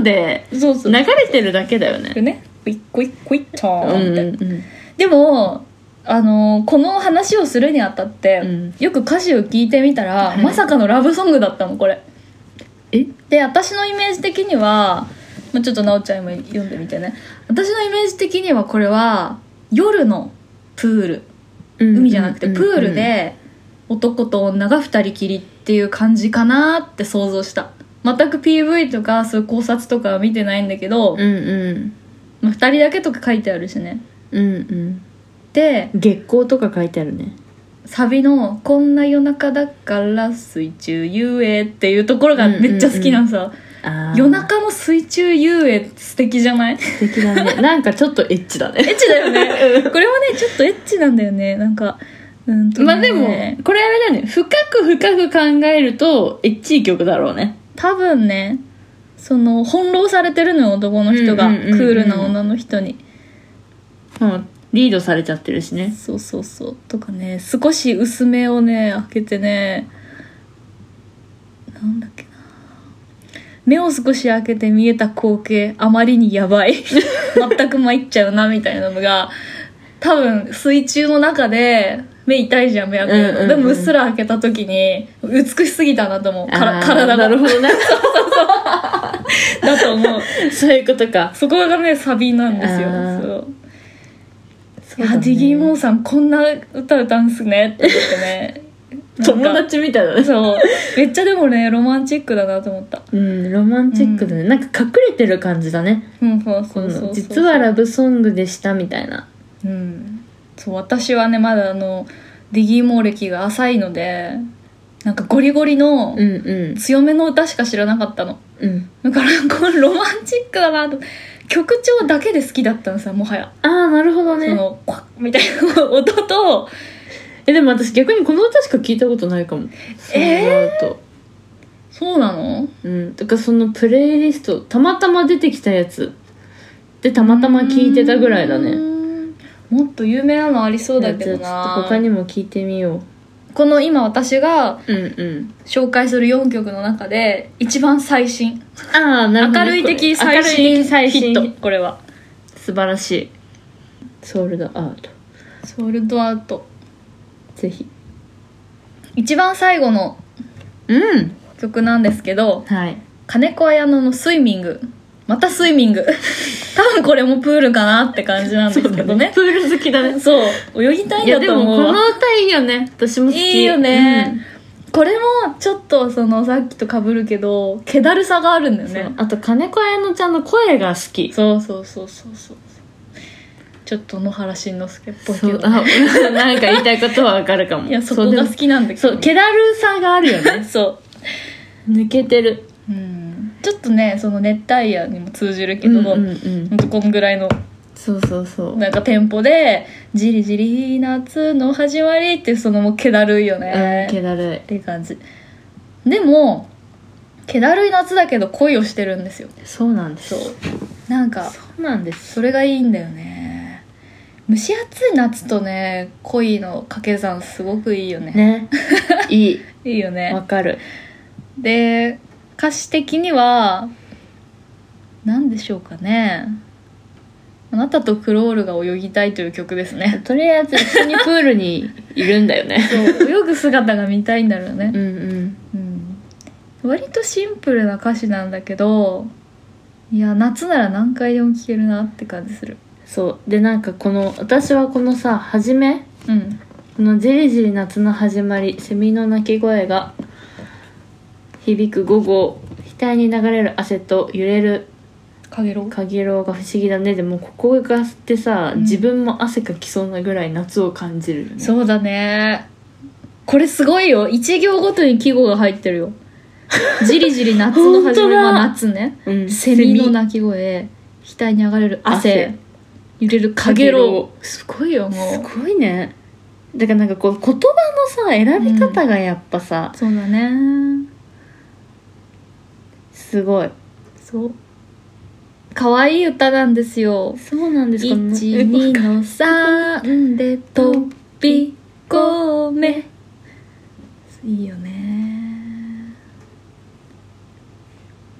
S3: うで
S2: そうそ
S3: 流れてるだけだよね
S2: ねクイックイックイッタ
S3: う
S2: ーンって、
S3: ん
S2: でもあのこの話をするにあたって、
S3: うん
S2: よく歌詞を聞いてみたら、
S3: はい
S2: まさかのラブソングだったのこれ
S3: え
S2: で私のイメージ的には、まあ、ちょっとなおちゃんも読んでみてね私のイメージ的にはこれは夜のプール海じゃなくてプールで男と女が二人きりっていう感じかなって想像した全く PV とかそういう考察とかは見てないんだけど、
S3: うんうん
S2: まあ、二人だけとか書いてあるしね
S3: うんうん
S2: で
S3: 月光とか書いてあるね
S2: サビの「こんな夜中だから水中遊泳」っていうところがめっちゃ好きなのさ、
S3: あ
S2: 夜中の水中遊泳って素敵じゃない
S3: 素敵だねなんかちょっとエッチだ
S2: エ
S3: ね
S2: ッチだよ
S3: <laughs>
S2: ねこれもねちょっとエッチなんだよねなんかうんとね
S3: まあでもこれあれだよね深く深く考えるとエッチい曲だろうね
S2: 多分ねその翻弄されてるのよ男の人が、
S3: うんうんうんうん
S2: クールな女の人に
S3: うんリードされちゃってるしね
S2: そうそうそうとかね少し薄めをね開けてねなんだっけな目を少し開けて見えた光景あまりにやばい
S3: <laughs>
S2: 全く参っちゃうなみたいなのが多分水中の中で目痛いじゃん目開けるの、
S3: うんうんうん
S2: でもうっすら開けた時に美しすぎたなと思うから
S3: あー
S2: 体
S3: な
S2: が
S3: るほどね
S2: だと思う
S3: そういうことか
S2: そこがねサビなんですよ
S3: あー
S2: そうい
S3: そ
S2: うや
S3: だね
S2: ディギーモーさんこんな歌歌うんすねって言って
S3: <laughs>
S2: ねなんか
S3: 友達みたいだね
S2: そうめっちゃでもねロマンチックだなと思った
S3: うん、ロマンチックだね、なんか隠れてる感じだね
S2: うんそう
S3: こ
S2: そうそうそう
S3: の実はラブソングでしたみたいな
S2: うんそう私はねまだあのディギーモー歴が浅いのでなんかゴリゴリの
S3: うんう
S2: 強めの歌しか知らなかったの
S3: んうん
S2: だからこのロマンチックだなと曲調だけで好きだったのさもはや、
S3: ああなるほど
S2: そ
S3: ね
S2: の「コワッ」みたいな音と
S3: えでも私逆にこの歌しか聞いたことないかも
S2: え
S3: そうなると
S2: そうなの
S3: うんとかそのプレイリストたまたま出てきたやつでたまたま聞いてたぐらいだ
S2: う
S3: ね
S2: ーんもっと有名なのありそうだけど
S3: じゃあちょ
S2: な
S3: っと他にも聞いてみよ
S2: この今私が
S3: ううんうん
S2: 紹介する4曲の中で一番最新
S3: ああなるほど
S2: 明
S3: ね
S2: るい的
S3: こ
S2: 最
S3: れ
S2: 新
S3: 明るい的最
S2: ヒ
S3: 新
S2: ットこれは
S3: 素晴らしいソールドアート
S2: ソールドアウト
S3: ぜひ
S2: 一番最後の
S3: うん
S2: 曲なんですけど
S3: はい
S2: 金子綾乃の「スイミング」またスイミング <laughs> 多分これもプールかなって感じなんですけどね
S3: プール好きだね
S2: そう泳ぎたいん
S3: いや
S2: だ
S3: で
S2: と
S3: も
S2: 思う
S3: この歌いいよね私も好き
S2: いいよね、これもちょっとそのさっきと被るけど気だるさがあるんだよ
S3: うんそう
S2: ね
S3: あと金子綾乃ちゃんの声が好き
S2: そうそうそうそうそうちょっと野原慎之介っぽい
S3: そ
S2: け
S3: う
S2: ど、
S3: あなんか言いたいことはわかるかも
S2: いやそこが好きなんだけ
S3: そ
S2: ど
S3: う気だるさがあるよ
S2: <laughs>
S3: ね
S2: そう
S3: <laughs> 抜けてる
S2: うんちょっとねその熱帯夜にも通じるけど、
S3: うんうんう
S2: ほ
S3: ん
S2: んとこんぐらいの
S3: そうそうそう
S2: なんかテンポで「じりじり夏の始まり」っていうそのもう気だるいよ
S3: うん
S2: ね、
S3: 気だる
S2: っていう感じでも気だるい夏だけど恋をしてるんですよ
S3: いそうなんです
S2: そうなんか
S3: そうなんです
S2: それがいいんだよね蒸し暑い夏とね恋の掛け算すごくいいよね
S3: <laughs> ねいい
S2: いいよ
S3: わ
S2: ね
S3: かる
S2: で歌詞的には何でしょうかねあなたとクロールが泳ぎたいという曲ですね
S3: とりあえず一緒にプールにいるんだよね
S2: そう泳ぐ姿が見たいんだろうね
S3: う、んうん
S2: うん、割とシンプルな歌詞なんだけどいや夏なら何回でも聴けるなって感じする
S3: そうでなんかこの私はこのさ初め
S2: うん
S3: このじりじり夏の始まりセミの鳴き声が響く午後額に流れる汗と揺れる
S2: かげろう
S3: かげろうが不思議だねでもここがってさ、
S2: うん
S3: 自分も汗かきそうなぐらい夏を感じるよね
S2: そうだねこれすごいよ1行ごとに季語が入ってるよじりじり夏の始まり
S3: 本当だ
S2: まあ夏ね
S3: う、ん、
S2: セミの鳴き声額に流れる汗
S3: 汗
S2: 揺れるかげろうすごいよ
S3: す
S2: もう
S3: ごいねだからなんかこう言葉のさ選び方がやっぱさ、
S2: そうだね
S3: すごい
S2: そう可愛い歌なんですよ
S3: そうなんですか
S2: 一二の三で飛び込めいいよね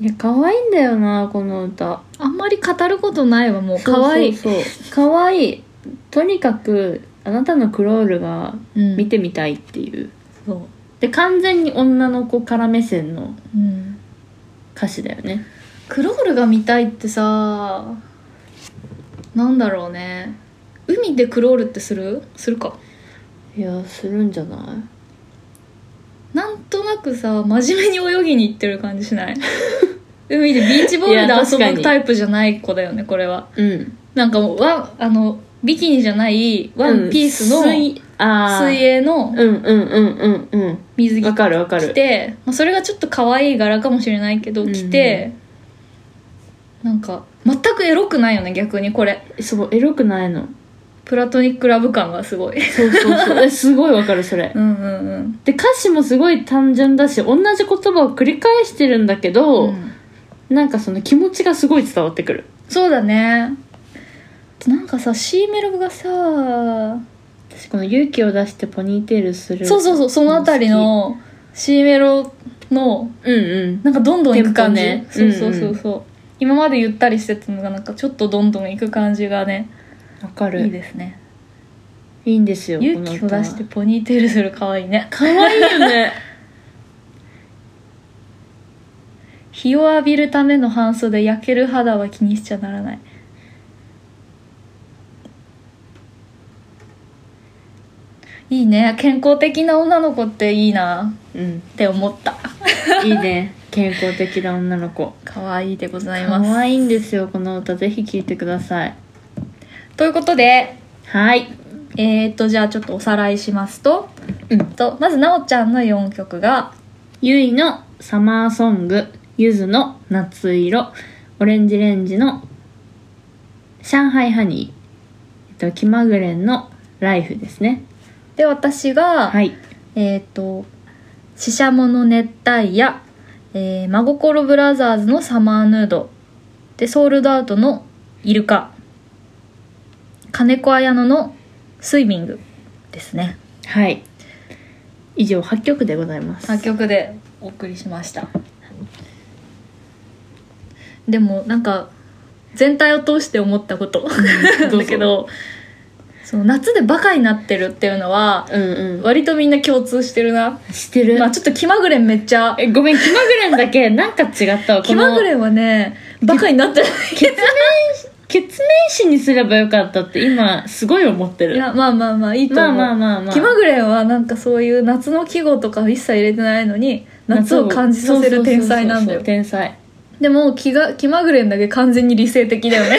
S3: いや可愛いんだよなこの歌
S2: あんまり語ることないわもう可愛い
S3: そうそうそう可愛いとにかくあなたのクロールが
S2: うん
S3: 見てみたいっていう、
S2: そう、
S3: で完全に女の子から目線の
S2: うん、
S3: 歌詞だよね
S2: クロールが見たいってさなんだろうね海でクロールってするするか
S3: いやするんじゃない
S2: なんとなくさ真面目に泳ぎに行ってる感じしない <laughs> 海でビーチボール
S3: いや確
S2: で
S3: か
S2: 遊
S3: に
S2: ぶタイプじゃない子だよねこれは
S3: うん
S2: なんかもうワンあのビキニじゃないワンピースの
S3: うん
S2: 水
S3: 水あー
S2: 泳の
S3: うんうんうんうん
S2: 水
S3: うん
S2: 着
S3: わかるわか
S2: 着
S3: る
S2: て、まあ、それがちょっと可愛い柄かもしれないけど
S3: うんうん
S2: 着て、なんか全くエロくないよね逆にこれ
S3: そうエロくないの
S2: プラトニックラブ感がすごい
S3: そうそう <laughs> そうえすごいわかるそれ
S2: うんうんうん
S3: で歌詞もすごい単純だし同じ言葉を繰り返してるんだけど、
S2: ん
S3: なんかその気持ちがすごい伝わってくる
S2: そうだねなんかさ C メロがさ
S3: 私この勇気を出してポニーテールする
S2: そうそうそうそのあたりの C メロの
S3: うんうん
S2: なんかどんどん行く感じ、
S3: テンポ
S2: そう
S3: ね
S2: そうそう
S3: うんうん
S2: そう、今までゆったりしてたのがなんかちょっとどんどん行く感じがね
S3: わかる
S2: いいですね
S3: いいんですよ
S2: 勇気を出してポニーテールする可愛いね
S3: 可愛いよね
S2: 日を浴びるための半袖焼ける肌は気にしちゃならないいいね健康的な女の子っていいな
S3: <laughs> うん
S2: って思った
S3: いいね健康的な女の子
S2: 可愛いでございます
S3: 可愛いんですよこの歌ぜひ聴いてください
S2: ということで
S3: はい
S2: えー、とじゃあちょっとおさらいしますと
S3: うん
S2: とまずなおちゃんの4曲が
S3: ゆいのサマーソングゆずの夏色オレンジレンジの上海ハニー、えっと、気まぐれんのライフですね
S2: で私が、
S3: はい
S2: えっ、と「ししゃもの熱帯夜」えー「真心ブラザーズ」の「サマーヌード」で「ソールドアウト」の「イルカ」金子綾乃の「スイミング」ですね
S3: はい以上8曲でございます
S2: 3曲でお送りしましたでもなんか全体を通して思ったことなんだけどそう夏でバカになってるっていうのは
S3: うんうん
S2: 割とみんな共通してるな、
S3: してる、
S2: まあ、ちょっと気まぐれんめっちゃ
S3: えごめん気まぐれんだけなんか違
S2: <laughs>
S3: ったわ
S2: 気まぐ
S3: この
S2: れんはねバカになってない
S3: 血面師にすればよかったって今すごい思って
S2: い
S3: る
S2: やまあまあまあいいと思
S3: まあ
S2: う、
S3: まあまあまあ
S2: 気まぐれんはなんかそういう夏の季語とか一切入れてないのに夏を感じさせる天才なんだよ
S3: そうそうそうそう天才
S2: でも気が気まぐれんだけ完全に理性的だよ
S3: <laughs>
S2: ね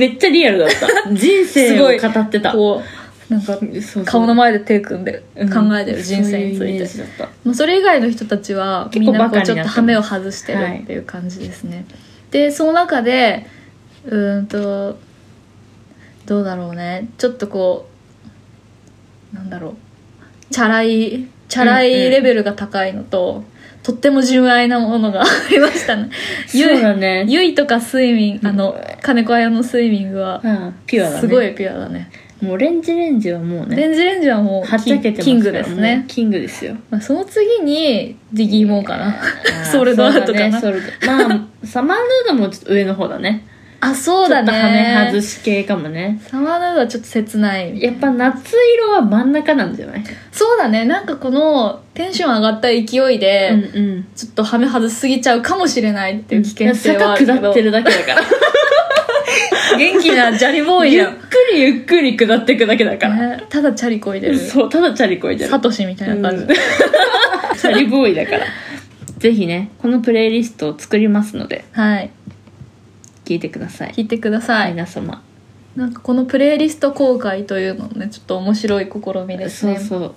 S3: めっちゃリアルだった
S2: <laughs>
S3: 人生を語ってた
S2: こうなんか
S3: そうそう
S2: 顔の前で手組んで
S3: うん
S2: 考えてる人生につ
S3: そううイ
S2: い
S3: メ
S2: て
S3: ージだった
S2: まあ、それ以外の人たちは
S3: 結
S2: み
S3: 構
S2: んなこ
S3: バカにな
S2: うち
S3: ってる
S2: ょっと羽目を外してるっていう感じですね、でその中でうーんとどうだろうねちょっとこうなんだろうチャラいチャラいレベルが高いのと、とっても純愛なものが <laughs> ありましたねゆ
S3: そうだね
S2: ゆいとかスイミングあの
S3: うん
S2: 金子綾のスイミングは
S3: うんピュアだね
S2: すごいピュアだね
S3: もうレンジレンジはもうね
S2: レンジレンジはもう
S3: はっちゃけてますから
S2: キングです
S3: もう
S2: ね、
S3: キングですよ
S2: まあ、その次にディギーモーかな
S3: あー
S2: <laughs> ソウルドアウトかな
S3: そうだねソウルドまあサマーヌードもちょっと上の方だね
S2: あそうだね
S3: ちょっと羽目外し系かもね
S2: サマーヌードはちょっと切ない
S3: やっぱ夏色は真ん中なんじゃない
S2: そうだねなんかこのテンション上がった勢いで、
S3: うん
S2: ちょっとハメ外しすぎちゃうかもしれないっていう危険性は
S3: 坂
S2: あるけど
S3: 下ってるだけだから
S2: 元気な砂利ボーイ
S3: <laughs> ゆ
S2: や
S3: っくりゆっくり下っていくだけだ
S2: <laughs>
S3: から、
S2: ねただチャリこいでる
S3: そうただチャリこいでる
S2: サトシみたいな感じ、
S3: うん <laughs> チャリボーイだからぜひねこのプレイリストを作りますので
S2: はい
S3: 聞いてください
S2: 聞いてください
S3: 皆様
S2: なんかこのプレイリスト公開というのもねちょっと面白い試みです
S3: そう
S2: ね
S3: そう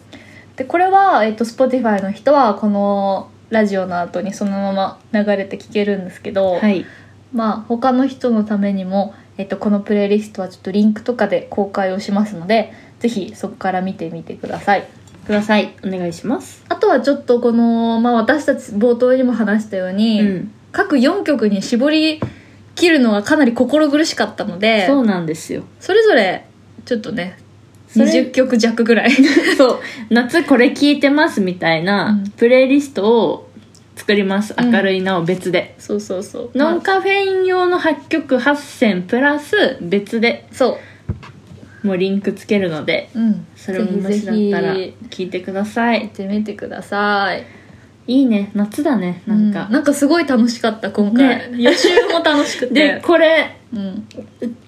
S2: でこれは、えっと Spotify の人はこのラジオの後にそのまま流れて聞けるんですけど、
S3: はい
S2: まあ他の人のためにも、えっと、このプレイリストはちょっとリンクとかで公開をしますのでぜひそこから見てみてください
S3: くださいお願いします
S2: あとはちょっとこの、まあ、私たち冒頭にも話したように、
S3: うん
S2: 各4曲に絞り切るのがかなり心苦しかったので
S3: そうなんです <laughs> よ
S2: それぞれちょっとね
S3: それ
S2: 20曲弱ぐらい
S3: そう夏これ聞いてますみたいな
S2: うん
S3: プレイリストを作ります
S2: うん
S3: 明るいなお別で、
S2: <laughs> そうそうそう
S3: ノ
S2: な
S3: ン
S2: んか
S3: カフェイン用の8曲8選プラス別で
S2: そ
S3: もうリンクつけるので
S2: ううん
S3: それももしだったら
S2: ぜひぜ
S3: 聞いてくださ
S2: ひ見
S3: い
S2: てみてください
S3: いいね夏だねなんか
S2: う、なんかすごい楽しかった今回、予習も楽 <laughs> しくて
S3: でこれ
S2: うん、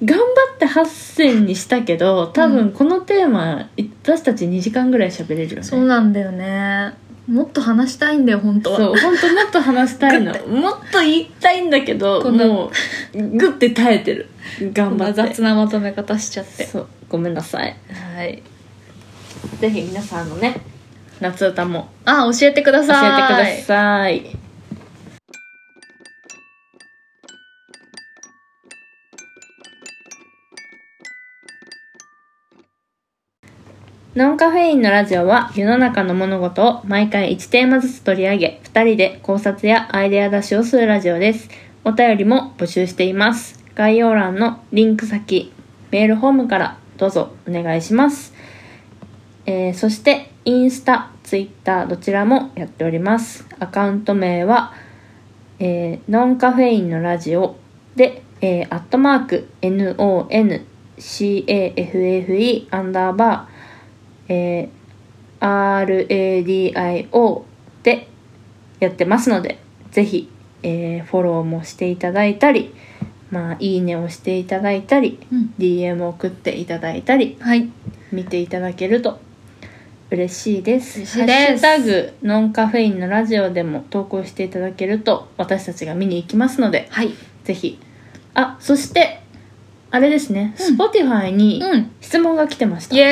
S3: 頑張って8選にしたけど多分このテーマ、私たち2時間ぐらい喋れるよね
S2: そうなんだよねもっと話したいんだよ本当は
S3: そう本当もっと話した
S2: <laughs>
S3: いの
S2: グッ
S3: もっと言いたいんだけど
S2: こんな
S3: もうグッて耐えてる
S2: こ
S3: 頑
S2: ん
S3: 張
S2: な
S3: って
S2: 雑なまとめ方しちゃって
S3: そうごめんなさい
S2: はい
S3: ぜひ皆さんのね夏歌も
S2: あ教えてくだ
S3: 教えてく
S2: さい
S3: ださいノンカフェインのラジオは世の中の物事を毎回1テーマずつ取り上げ2人で考察やアイデア出しをするラジオですお便りも募集しています概要欄のリンク先メールホームからどうぞお願いしますえーそしてインスタツイッターどちらもやっておりますアカウント名は、えーノンカフェインのラジオで、えーアットマーク NONCAFFE アンダーバー、えー RADIO でやってますのでぜひ、えーフォローもしていただいたりまあいいねをしていただいたり、
S2: うん
S3: DM を送っていただいたり
S2: はい
S3: 見ていただけると嬉しいです
S2: 嬉しいです
S3: ハッシュタグノンカフェインのラジオでも投稿していただけると私たちが見に行きますので
S2: はい
S3: ぜひあそしてあれですね、
S2: うん
S3: Spotify に
S2: うん
S3: 質問が来てました、
S2: イエーイ
S3: イ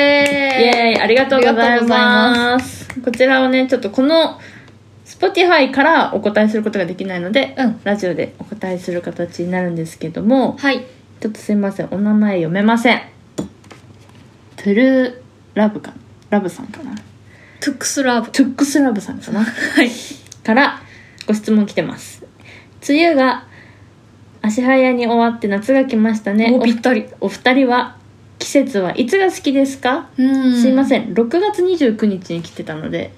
S3: エーイありがとうござ
S2: あ
S3: い
S2: りがとうござい
S3: ま
S2: ます
S3: こちらをねちょっとこの Spotify からお答えすることができないので、
S2: うん
S3: ラジオでお答えする形になるんですけども、
S2: はい
S3: ちょっとすいませんお名前読めませんトゥルーラブかラブさんかな
S2: トゥックスラブ
S3: トゥックスラブさんかな
S2: はい
S3: からご質問来てます梅雨が足早に終わって夏が来ましたね
S2: もうぴったり
S3: おお二人は季節はいつが好きですか、
S2: うん
S3: すいま
S2: ん
S3: せん6月29日に来てたので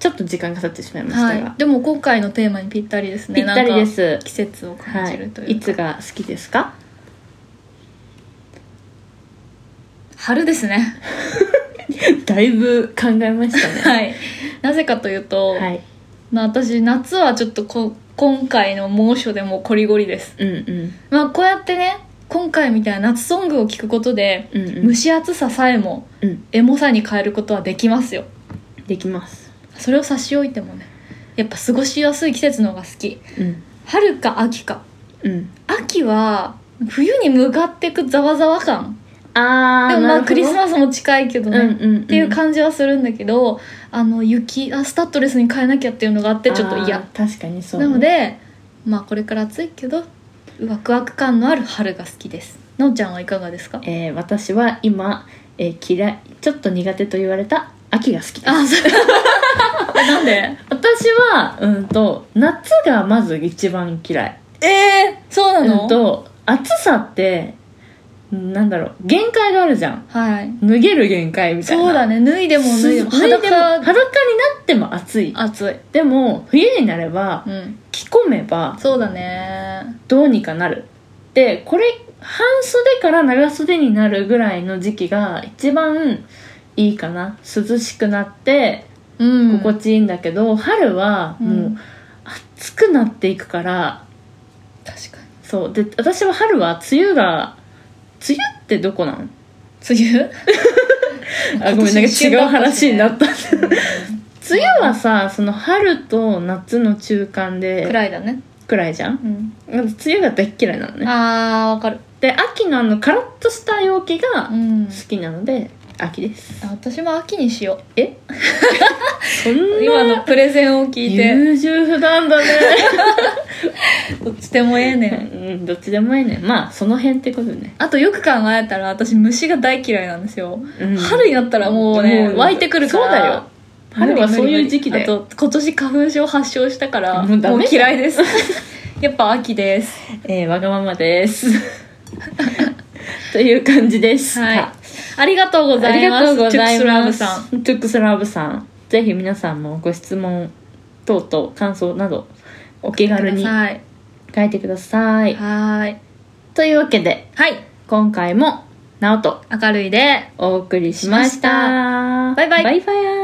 S3: ちょっと時間が経ってしまいましたが、
S2: はい、でも今回のテーマにぴったりですね
S3: ぴったりで
S2: なんか
S3: す
S2: 季節を感
S3: は
S2: じ
S3: い
S2: るというか、
S3: いつが好きで
S2: <laughs>
S3: すか
S2: 春です
S3: <laughs>
S2: ね
S3: だいぶ考えましたね
S2: はいなぜかというと、
S3: <laughs> はい
S2: まあ、私夏はちょっとこ今回の猛暑でもうこりごりです
S3: うんうん
S2: まあこうやってね今回みたいな夏ソングを聴くことで、
S3: うんうん
S2: 蒸し暑ささえも
S3: うん
S2: エモさに変えることはできますよ
S3: できます
S2: それを差し置いてもねやっぱ過ごしやすい季節の方が好き
S3: うん
S2: 春か秋か
S3: うん
S2: 秋は冬に向かってくざわざわ感
S3: あ
S2: でもまあクリス
S3: ス
S2: マスも近いけどね、
S3: うんうんう
S2: っ
S3: ん
S2: ていう感じはするんだけどあの雪あスタッドレスに変えなきゃっていうのがあってちょっと嫌
S3: あー確かにそうね、
S2: なのでまあこれから暑いけどワクワク感のある春が好きですのんちゃんはいかがですか
S3: えー私は今、えー嫌いちょっと苦手と言われた秋が好きです
S2: あ
S3: <laughs>
S2: それなんで
S3: 私はうんと夏がまず一番嫌い
S2: ええそうなの、
S3: うんと暑さってなんだろう限界があるじゃん
S2: はい
S3: 脱げる限界みたいな
S2: そうだね脱いでも脱いでも
S3: す脱いでも裸
S2: 裸
S3: になっても暑い
S2: 暑い
S3: でも冬になれば
S2: うん
S3: 着込めば
S2: そうだね
S3: どうにかなるでこれ半袖から長袖になるぐらいの時期が一番いいかな涼しくなって
S2: うん
S3: 心地いいんだけど、春はも
S2: う
S3: うん暑くなっていくから、
S2: 確かに
S3: そうで私は春は梅雨が梅雨ってどこなん
S2: 梅雨
S3: あごめんなんか違う話になった <laughs>
S2: うん
S3: 梅雨はさその春と夏の中間で
S2: くらいだね、
S3: くらいじゃん
S2: うん、
S3: なんか梅雨が大っ嫌いなのね
S2: あーわかる、
S3: で秋のあのカラッとした陽気が
S2: うん
S3: 好、きなので、秋です
S2: あ私も秋にしよ
S3: え <laughs> そん
S2: う
S3: な
S2: 今のプレゼンを聞いて
S3: 優柔不断だね
S2: どっちでもええねん
S3: <laughs> うんどっちでもいいねまあその辺ってことね、
S2: あとよく考えたら私虫が大嫌いなんですよ、
S3: うん
S2: 春になったらもうね
S3: もう
S2: 湧いてくるから
S3: そうだよ春はそういう時期だ
S2: あ
S3: よ
S2: と今年花粉症発症したから
S3: もうダメだよ
S2: もう嫌いです
S3: <laughs>
S2: やっぱ秋です
S3: えーわがままです <laughs> という感じでした、
S2: はいありがとうございますチュクスラブさん
S3: ん。トゥックスラブさん。ぜひ皆さんもご質問等々感想などお気軽に
S2: ください
S3: 書いてください。
S2: はい
S3: というわけで
S2: はい
S3: 今回もナオと
S2: 明るいで
S3: お送りしました。
S2: バイバイ
S3: バイバイ